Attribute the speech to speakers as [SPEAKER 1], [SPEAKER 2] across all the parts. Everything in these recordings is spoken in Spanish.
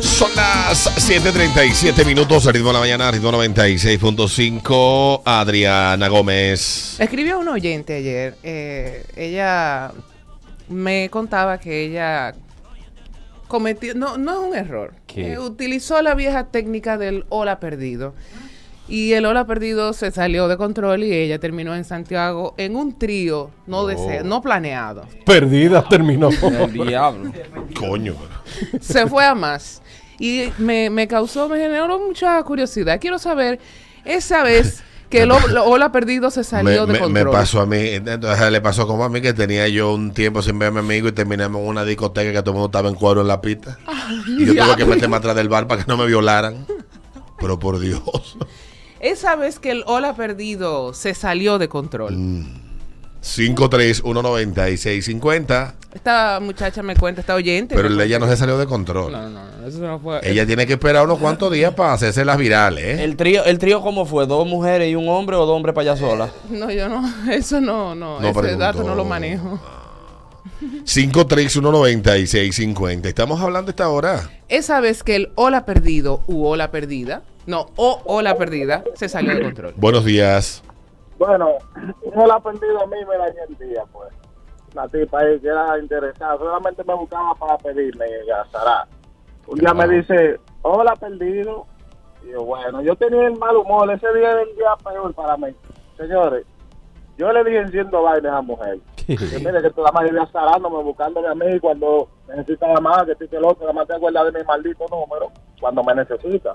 [SPEAKER 1] Son las 7.37 minutos, ritmo de la mañana, ritmo 96.5, Adriana Gómez.
[SPEAKER 2] Escribió un oyente ayer. eh, ella me contaba que ella cometió, no, no es un error,
[SPEAKER 3] ¿Qué?
[SPEAKER 2] Eh, utilizó la vieja técnica del hola perdido. Y el hola perdido se salió de control y ella terminó en Santiago en un trío
[SPEAKER 1] Oh.
[SPEAKER 2] no, desea- no planeado.
[SPEAKER 4] Perdida terminó.
[SPEAKER 3] El diablo.
[SPEAKER 1] Coño.
[SPEAKER 2] se fue a más. Y me, me causó, me generó mucha curiosidad. Quiero saber, esa vez que el o- lo- Hola Perdido se salió
[SPEAKER 1] Me, me-
[SPEAKER 2] de
[SPEAKER 1] me
[SPEAKER 2] control.
[SPEAKER 1] pasó a mí, entonces le pasó como a mí que tenía yo un tiempo sin verme amigo y terminamos en una discoteca que todo el mundo estaba en cuadro en la pista. Y yo tuve que meterme atrás del bar para que no me violaran. Pero por Dios.
[SPEAKER 2] Esa vez que el Hola Perdido se salió de control.
[SPEAKER 1] Mm. 5319650.
[SPEAKER 2] Esta muchacha me cuenta, esta oyente.
[SPEAKER 1] Pero
[SPEAKER 2] me
[SPEAKER 1] el de ella no
[SPEAKER 2] cuenta
[SPEAKER 1] se salió de control.
[SPEAKER 3] No, no, no, eso no fue.
[SPEAKER 1] Ella tiene que esperar unos cuantos días para hacerse las virales. ¿eh?
[SPEAKER 3] El trío, el trío cómo fue, dos mujeres y un hombre o dos hombres para allá sola.
[SPEAKER 2] que- No, yo no, eso no, no,
[SPEAKER 1] No
[SPEAKER 2] ese
[SPEAKER 1] preguntó.
[SPEAKER 2] dato no lo manejo.
[SPEAKER 1] 5319650. Estamos hablando esta hora.
[SPEAKER 2] Esa vez que el Hola Perdido u Hola Perdida, no, o Hola Perdida, se salió de control.
[SPEAKER 1] Buenos días.
[SPEAKER 5] Bueno, uno la ha perdido a mí me la dio el día, pues. La tipa ahí que era interesada, solamente me buscaba para pedirme y ya estará. Un día me dice, hola, perdido. Y yo, bueno, yo tenía el mal humor, ese día era el día peor para mí. Señores, yo le dije enciendo baile a esa mujer. Que mire, que tú la mayoría zarándome, buscándome a mí cuando necesitaba más, que tú que el otro, nada más te acuerdas de mi maldito número cuando me necesita.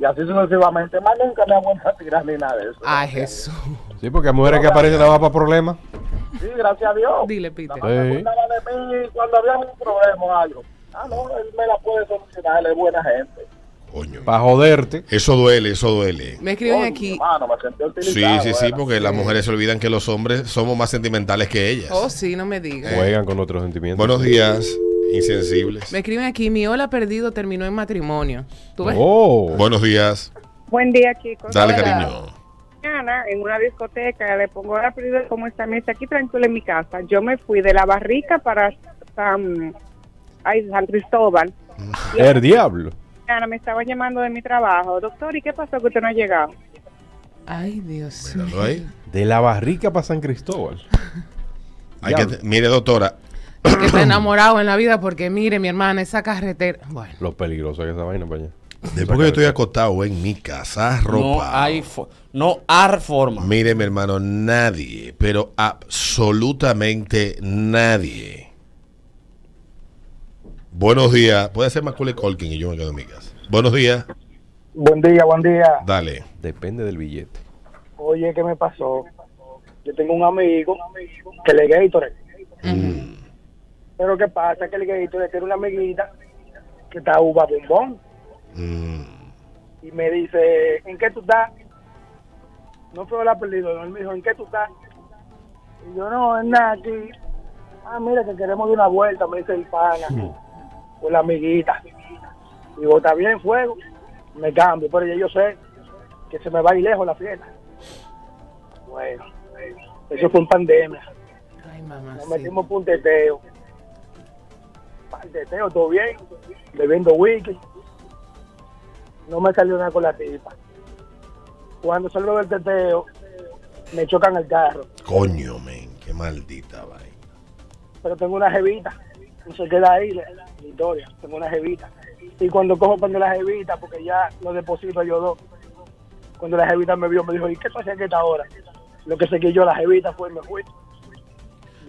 [SPEAKER 5] Y así sucesivamente, más nunca me ha vuelto a tirar ni nada de eso.
[SPEAKER 2] Ay, Jesús.
[SPEAKER 4] Sí, porque hay mujeres que aparecen nada más para problemas.
[SPEAKER 5] Sí, gracias a Dios.
[SPEAKER 2] Dile, Peter.
[SPEAKER 5] Nada más se acordaba de mí cuando había un problema o algo. Ah, no, él me la puede solucionar, él es buena gente.
[SPEAKER 1] Coño.
[SPEAKER 4] Para joderte.
[SPEAKER 1] Eso duele, eso duele.
[SPEAKER 2] Me escriben
[SPEAKER 5] Coño,
[SPEAKER 2] aquí.
[SPEAKER 5] Hermano, me sentí
[SPEAKER 1] Sí,
[SPEAKER 5] utilizado,
[SPEAKER 1] sí, sí,
[SPEAKER 5] era.
[SPEAKER 1] porque las mujeres se olvidan que los hombres somos más sentimentales que ellas.
[SPEAKER 2] Oh, sí, no me digas.
[SPEAKER 4] Juegan con nuestros sentimientos.
[SPEAKER 1] Buenos días, insensibles.
[SPEAKER 2] Me escriben aquí, mi hola perdido terminó en matrimonio. ¿Tú ves?
[SPEAKER 4] Oh.
[SPEAKER 1] Buenos días.
[SPEAKER 6] Buen día, chicos.
[SPEAKER 1] Dale,
[SPEAKER 6] Hola.
[SPEAKER 1] cariño.
[SPEAKER 6] Mañana, en una discoteca, le pongo la perdida como esta mesa aquí tranquila en mi casa. Yo me fui de la barrica para San, ay, San Cristóbal.
[SPEAKER 4] El diablo.
[SPEAKER 6] Mañana me estaba llamando de mi trabajo. Doctor, ¿y qué pasó que usted no ha llegado?
[SPEAKER 2] Ay, Dios. mío.
[SPEAKER 1] Míralo ahí.
[SPEAKER 4] De la barrica para San Cristóbal.
[SPEAKER 1] Hay que te- mire, doctora,
[SPEAKER 2] El que está enamorado en la vida porque mire, mi hermana, esa carretera. Bueno,
[SPEAKER 4] Lo peligroso que es esa vaina para allá.
[SPEAKER 1] después que yo estoy acostado en mi casa,
[SPEAKER 3] No
[SPEAKER 1] ropa.
[SPEAKER 3] hay, fo- no hay forma.
[SPEAKER 1] Mire, mi hermano, nadie, pero absolutamente nadie. Buenos días. Puede ser Macaulay Colkin y yo me quedo en mi casa. Buenos días.
[SPEAKER 5] Buen día, buen día.
[SPEAKER 1] Dale.
[SPEAKER 4] Depende del billete.
[SPEAKER 5] Oye, ¿qué me pasó? Yo tengo un amigo que le Gatorade. Pero ¿qué pasa? Que el Gatorade tiene una amiguita que está uva bombón.
[SPEAKER 1] Mm.
[SPEAKER 5] y me dice, ¿en qué tú estás? No fue la perdido, él me dijo, ¿en qué tú estás? Y yo, no, en nada aquí. Ah, mira, que queremos de una vuelta, me dice el pana, con la amiguita. Digo, está bien, fuego, me cambio, pero ya yo sé que se me va a ir lejos la fiesta. Bueno, eso fue en pandemia,
[SPEAKER 2] ay, mamá.
[SPEAKER 5] nos metimos por un teteo. Pa'l teteo, todo bien, bebiendo whisky. No me salió nada con la tipa. Cuando salgo del teteo, me chocan el carro.
[SPEAKER 1] Coño, men. Qué maldita vaina.
[SPEAKER 5] Pero tengo una jevita. No se queda ahí la, la historia. Tengo una jevita. Y cuando cojo cuando la jevita, porque ya lo deposito yo dos. Cuando la jevita me vio, me dijo, ¿y qué pasa que esta hora? Lo que sé que yo la jevita fue y me fui.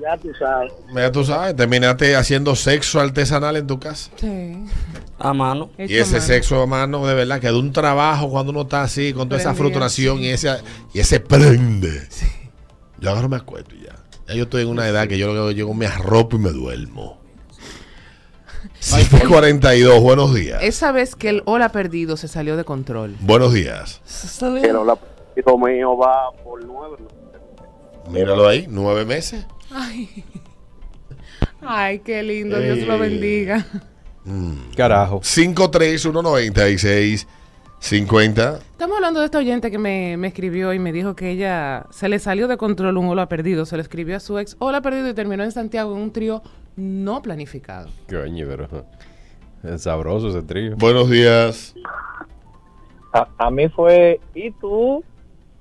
[SPEAKER 5] Ya tú sabes.
[SPEAKER 1] Mira, tú sabes, terminaste haciendo sexo artesanal en tu casa.
[SPEAKER 2] Sí.
[SPEAKER 3] A mano.
[SPEAKER 1] Y ese
[SPEAKER 2] sexo
[SPEAKER 1] sexo a mano, de verdad, que de un trabajo cuando uno está así, con toda esa
[SPEAKER 2] Prendido,
[SPEAKER 1] frustración y, ese, y ese prende. Yo ahora me acuerdo ya. Ya yo estoy en una edad que yo lo que llego me arropo y me duermo. 542, buenos días.
[SPEAKER 2] Esa vez que el hola perdido se salió de control.
[SPEAKER 1] Buenos días.
[SPEAKER 5] Pero la hijo mío va por nueve.
[SPEAKER 1] Míralo ahí, nueve meses.
[SPEAKER 2] Ay. Ay, qué lindo. Dios lo
[SPEAKER 1] Eh.
[SPEAKER 2] bendiga.
[SPEAKER 4] Carajo.
[SPEAKER 1] 53196 50.
[SPEAKER 2] Estamos hablando de esta oyente que me, me escribió y me dijo que ella se le salió de control un hola perdido. Se le escribió a su ex hola perdido y terminó en Santiago en un trío no planificado.
[SPEAKER 4] Coño, pero. Es sabroso ese trío.
[SPEAKER 1] Buenos días.
[SPEAKER 5] A, a mí fue, ¿y tú?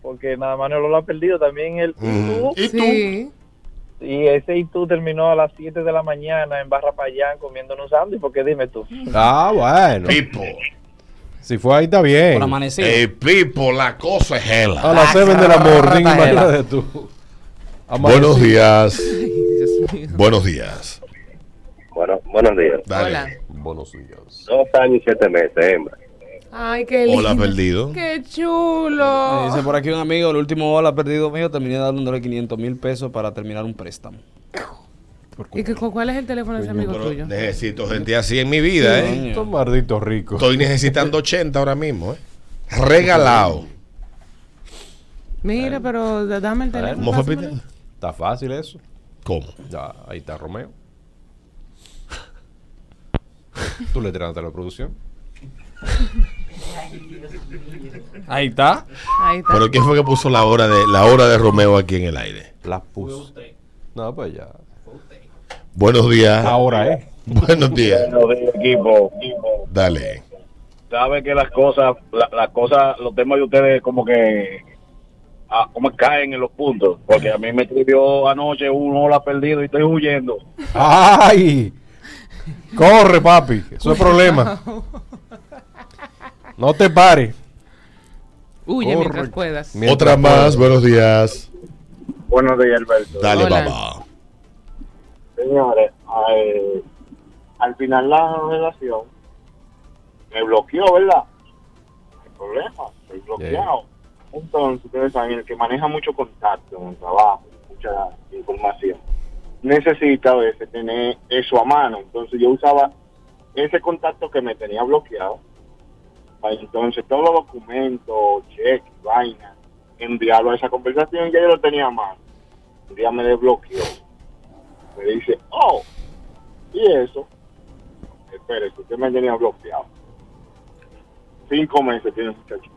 [SPEAKER 5] Porque nada más no lo ha perdido, también el ¿y tú?
[SPEAKER 1] ¿Y tú?
[SPEAKER 2] Sí.
[SPEAKER 5] Y ese y tú terminó a las 7 de la mañana en Barra Payán comiéndonos un sándwich, porque dime tú.
[SPEAKER 4] Ah, bueno.
[SPEAKER 1] Pipo.
[SPEAKER 4] Si fue ahí, está bien.
[SPEAKER 7] Por amanecido.
[SPEAKER 1] Eh, Pipo, la cosa es
[SPEAKER 4] A
[SPEAKER 1] hela.
[SPEAKER 4] las 7 de la morning,
[SPEAKER 7] Ah,
[SPEAKER 4] imagínate tú.
[SPEAKER 1] Buenos días.
[SPEAKER 2] Dios mío.
[SPEAKER 1] Buenos días.
[SPEAKER 8] Bueno, buenos días.
[SPEAKER 1] Dale.
[SPEAKER 2] Hola.
[SPEAKER 4] Buenos días.
[SPEAKER 8] Dos años y siete meses, hembra.
[SPEAKER 2] Ay, qué lindo.
[SPEAKER 1] Hola, perdido.
[SPEAKER 2] Qué
[SPEAKER 3] Me dice
[SPEAKER 2] chulo.
[SPEAKER 3] por aquí un amigo, el último hola perdido mío, terminé dándole 500 mil pesos para terminar un préstamo.
[SPEAKER 2] ¿Y que, cu- cuál es el teléfono de ese amigo
[SPEAKER 1] Pero
[SPEAKER 2] tuyo?
[SPEAKER 1] necesito gente así en mi vida, ¿eh?
[SPEAKER 3] Coño.
[SPEAKER 4] Estos malditos ricos.
[SPEAKER 1] Estoy necesitando 80 ahora mismo, ¿eh? Regalado.
[SPEAKER 2] Mira, pero da- dame el teléfono.
[SPEAKER 1] ¿Cómo fue,
[SPEAKER 2] pásamelo.
[SPEAKER 1] Peter?
[SPEAKER 4] Está fácil eso.
[SPEAKER 1] ¿Cómo?
[SPEAKER 4] Ya, ahí está Romeo. Tú le tiraste la producción.
[SPEAKER 3] Ahí está.
[SPEAKER 2] Ahí está.
[SPEAKER 1] ¿Pero quién fue que puso la hora de la hora de Romeo aquí en el aire?
[SPEAKER 4] Las puse. No, pues ya.
[SPEAKER 1] Buenos días.
[SPEAKER 4] Ahora, ¿eh?
[SPEAKER 1] Buenos días.
[SPEAKER 5] Buenos días, equipo. equipo.
[SPEAKER 1] Dale.
[SPEAKER 5] Sabe que las cosas, la- las cosas, los temas de ustedes como que ah, como caen en los puntos. Porque a mí me escribió anoche uno la perdido y estoy huyendo.
[SPEAKER 4] ¡Ay! Corre, papi. Eso es problema. No te pares.
[SPEAKER 2] Huye mientras
[SPEAKER 4] Correcto.
[SPEAKER 2] puedas.
[SPEAKER 4] Mientras
[SPEAKER 1] Otra más,
[SPEAKER 4] puedas.
[SPEAKER 1] buenos días.
[SPEAKER 5] Buenos días, Alberto.
[SPEAKER 1] Dale,
[SPEAKER 2] Hola.
[SPEAKER 1] papá.
[SPEAKER 5] Señores, ay, al final la relación me bloqueó, ¿verdad? No hay problema, estoy bloqueado. Entonces, ustedes saben, el que maneja mucho contacto en el trabajo, mucha información, necesita a veces tener eso a mano. Entonces, yo usaba ese contacto que me tenía bloqueado. para Entonces, todos los documentos, cheques, vainas, enviarlo a esa conversación, ya yo lo tenía a mano. Un día me desbloqueó me dice, oh, y eso, espérese, usted me tenía bloqueado. Cinco meses tiene el muchacho.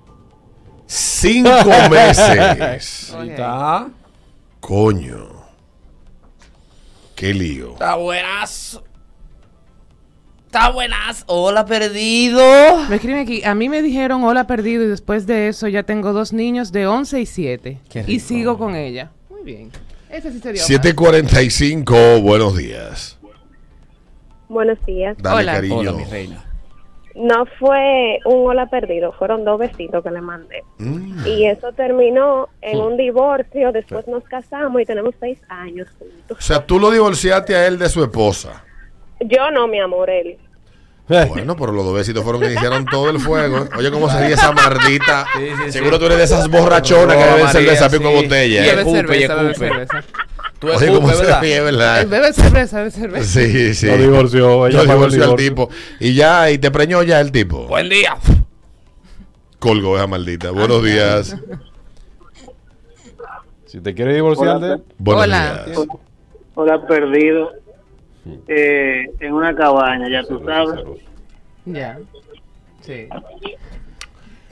[SPEAKER 1] Cinco meses.
[SPEAKER 2] Oye,
[SPEAKER 3] Ahí está.
[SPEAKER 1] Coño. Qué lío.
[SPEAKER 7] Está buenas. Está buenas. Hola, perdido.
[SPEAKER 2] Me escriben aquí, a mí me dijeron hola perdido y después de eso ya tengo dos niños de 11 y 7.
[SPEAKER 3] Qué
[SPEAKER 2] Y
[SPEAKER 3] rico.
[SPEAKER 2] sigo con ella. Muy bien. Ese sí se dio.
[SPEAKER 1] 745, buenos días.
[SPEAKER 9] Buenos días.
[SPEAKER 1] Dale,
[SPEAKER 2] Hola.
[SPEAKER 1] cariño.
[SPEAKER 3] Hola, mi reina.
[SPEAKER 9] No fue un hola perdido, fueron dos besitos que le mandé.
[SPEAKER 1] Mm.
[SPEAKER 9] Y eso terminó en un divorcio, después nos casamos y tenemos seis años
[SPEAKER 1] O
[SPEAKER 9] juntos.
[SPEAKER 1] sea, tú lo divorciaste a él de su esposa.
[SPEAKER 9] Yo no, mi amor, él.
[SPEAKER 3] Eh.
[SPEAKER 1] Bueno, pero los dos besitos fueron que iniciaron todo el fuego. ¿eh? Oye, cómo sería esa mardita.
[SPEAKER 3] Sí, sí, sí.
[SPEAKER 1] Seguro tú eres de esas borrachonas que
[SPEAKER 3] No,
[SPEAKER 1] deben ser de
[SPEAKER 3] María,
[SPEAKER 1] pico
[SPEAKER 3] sí.
[SPEAKER 1] botella.
[SPEAKER 3] Y
[SPEAKER 1] ¿eh?
[SPEAKER 3] el-
[SPEAKER 2] Bebe
[SPEAKER 3] escupe,
[SPEAKER 2] cerveza, bebe
[SPEAKER 3] escupe.
[SPEAKER 2] cerveza.
[SPEAKER 3] Tú
[SPEAKER 1] Oye,
[SPEAKER 3] escupe,
[SPEAKER 1] cómo se
[SPEAKER 3] ¿verdad?
[SPEAKER 1] ríe,
[SPEAKER 2] Ay,
[SPEAKER 1] ¿verdad?
[SPEAKER 2] Bebe cerveza, bebe cerveza.
[SPEAKER 1] Sí, sí.
[SPEAKER 4] Lo divorció. Ella
[SPEAKER 1] Lo
[SPEAKER 4] pagó el
[SPEAKER 1] divorció al
[SPEAKER 4] divorcio.
[SPEAKER 1] tipo. Y ya, y te preñó ya el tipo.
[SPEAKER 7] Buen día.
[SPEAKER 1] Colgó esa maldita. Buenos días.
[SPEAKER 4] Si te quieres divorciar de él,
[SPEAKER 1] Buenos
[SPEAKER 2] Hola.
[SPEAKER 1] días.
[SPEAKER 4] tiempo.
[SPEAKER 5] Hola, perdido.
[SPEAKER 4] Sí.
[SPEAKER 5] Eh, en una cabaña, ya tú
[SPEAKER 4] Salud,
[SPEAKER 5] sabes.
[SPEAKER 4] salud.
[SPEAKER 2] Ya. Sí.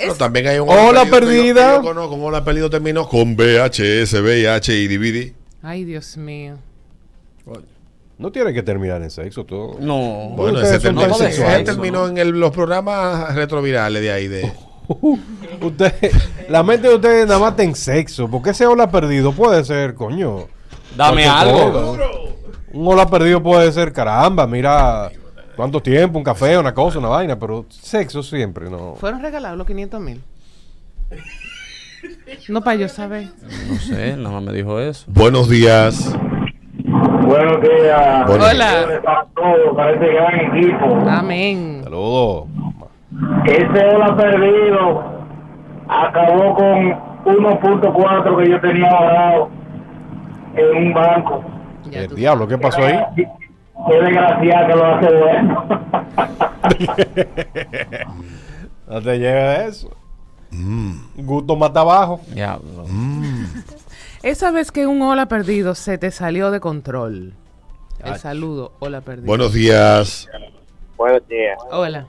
[SPEAKER 1] No, también hay un
[SPEAKER 4] Hola,
[SPEAKER 1] hola perdido que
[SPEAKER 4] perdida.
[SPEAKER 1] Yo, que yo conozco, un hola perdido terminó con VHS, VIH y DVD.
[SPEAKER 2] Ay, Dios mío.
[SPEAKER 4] No tiene que terminar en sexo todo.
[SPEAKER 3] No.
[SPEAKER 1] Bueno,
[SPEAKER 4] Ustedes
[SPEAKER 1] ese,
[SPEAKER 4] son
[SPEAKER 1] terminó-
[SPEAKER 3] todos
[SPEAKER 1] ese
[SPEAKER 3] sexuales,
[SPEAKER 1] terminó en el- los programas retrovirales de ahí. De,
[SPEAKER 3] Oh.
[SPEAKER 4] Usted, la mente de ustedes nada más está en sexo. Porque ese hola perdido puede ser, coño.
[SPEAKER 3] Dame
[SPEAKER 4] cualquier
[SPEAKER 3] algo.
[SPEAKER 4] cosa. Un hola perdido puede ser, caramba, mira cuánto tiempo, un café, una cosa, una vaina. Pero sexo siempre, no.
[SPEAKER 2] Fueron regalados los 500 mil. No, para yo saber.
[SPEAKER 3] No sé, nada más me dijo eso.
[SPEAKER 1] Buenos días.
[SPEAKER 5] Buenos días.
[SPEAKER 1] Buenos
[SPEAKER 2] Hola. Ah.
[SPEAKER 5] Para todos, para este gran equipo.
[SPEAKER 2] Amén.
[SPEAKER 4] Saludos.
[SPEAKER 5] Ese hola perdido acabó con 1.4 que yo tenía ahorrado en un banco.
[SPEAKER 2] Ya
[SPEAKER 4] El
[SPEAKER 2] tú
[SPEAKER 4] Eh, diablo, ¿qué pasó ahí?
[SPEAKER 5] Qué desgraciado que lo hace bueno.
[SPEAKER 4] No te llega eso.
[SPEAKER 1] Mm.
[SPEAKER 4] Gusto mata abajo.
[SPEAKER 3] Diablo.
[SPEAKER 2] sabes. Esa vez que un hola perdido se te salió de control. El saludo, hola perdido.
[SPEAKER 1] Buenos días.
[SPEAKER 8] Buenos días.
[SPEAKER 2] Hola.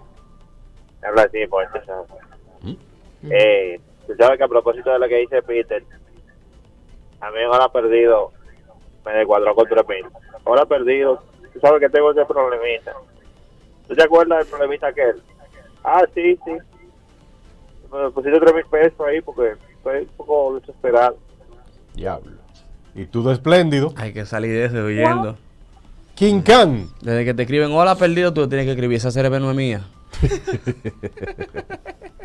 [SPEAKER 8] Habla así, por este sabe. Eh, tú sabes que a propósito de lo que dice Peter, a mí ahora perdido, me descuadró con tres mil. Ahora perdido, tú sabes que tengo ese problemita. ¿Tú te acuerdas del problemita aquel? Ah, sí, sí. Me pusiste tres mil pesos ahí porque estoy un poco desesperado.
[SPEAKER 4] Diablo. Y tú de espléndido.
[SPEAKER 3] Hay que salir de ese huyendo.
[SPEAKER 4] King Khan.
[SPEAKER 3] Desde que te escriben hola perdido, tú tienes que escribir esa cerebro no es mía.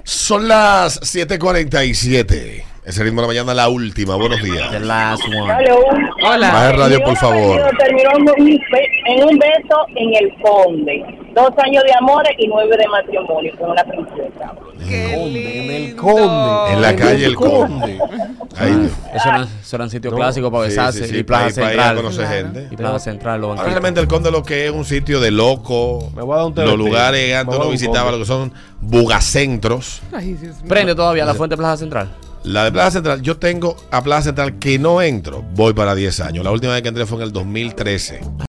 [SPEAKER 1] Son las 7:47. Es el ritmo de la mañana, la última. Buenos días.
[SPEAKER 3] The last one.
[SPEAKER 9] Hello.
[SPEAKER 2] Hola.
[SPEAKER 1] Baja el Ah. radio, por
[SPEAKER 9] Yo
[SPEAKER 1] favor.
[SPEAKER 9] terminó en un be- en un beso en el conde. Dos años de amores y nueve de matrimonio con una princesa.
[SPEAKER 2] Qué
[SPEAKER 4] Conde, en el
[SPEAKER 2] lindo.
[SPEAKER 4] conde.
[SPEAKER 1] En la calle El Conde. Ahí. Dios.
[SPEAKER 3] Eso eran, eso eran sitios clásicos para
[SPEAKER 1] Sí,
[SPEAKER 3] besarse
[SPEAKER 1] sí, sí,
[SPEAKER 3] y
[SPEAKER 1] pa' ir- pa'
[SPEAKER 3] plaza
[SPEAKER 1] ir a
[SPEAKER 3] central.
[SPEAKER 1] conocer
[SPEAKER 2] Claro.
[SPEAKER 1] gente.
[SPEAKER 3] Y plaza central, los
[SPEAKER 1] Ahora
[SPEAKER 3] banquitos.
[SPEAKER 1] realmente el Conde lo que es un sitio de loco.
[SPEAKER 4] Me voy a dar un té
[SPEAKER 1] Los
[SPEAKER 4] de té.
[SPEAKER 1] lugares que
[SPEAKER 4] Me voy
[SPEAKER 1] antes
[SPEAKER 4] a
[SPEAKER 1] uno
[SPEAKER 4] un
[SPEAKER 1] visitaba,
[SPEAKER 4] Conde.
[SPEAKER 1] lo que son bugacentros.
[SPEAKER 2] Ay, Dios mío.
[SPEAKER 3] Prende todavía la fuente de plaza central.
[SPEAKER 1] La de Plaza Central, yo tengo a Plaza Central que no entro. Voy para 10 años. La última vez que entré fue en el 2013.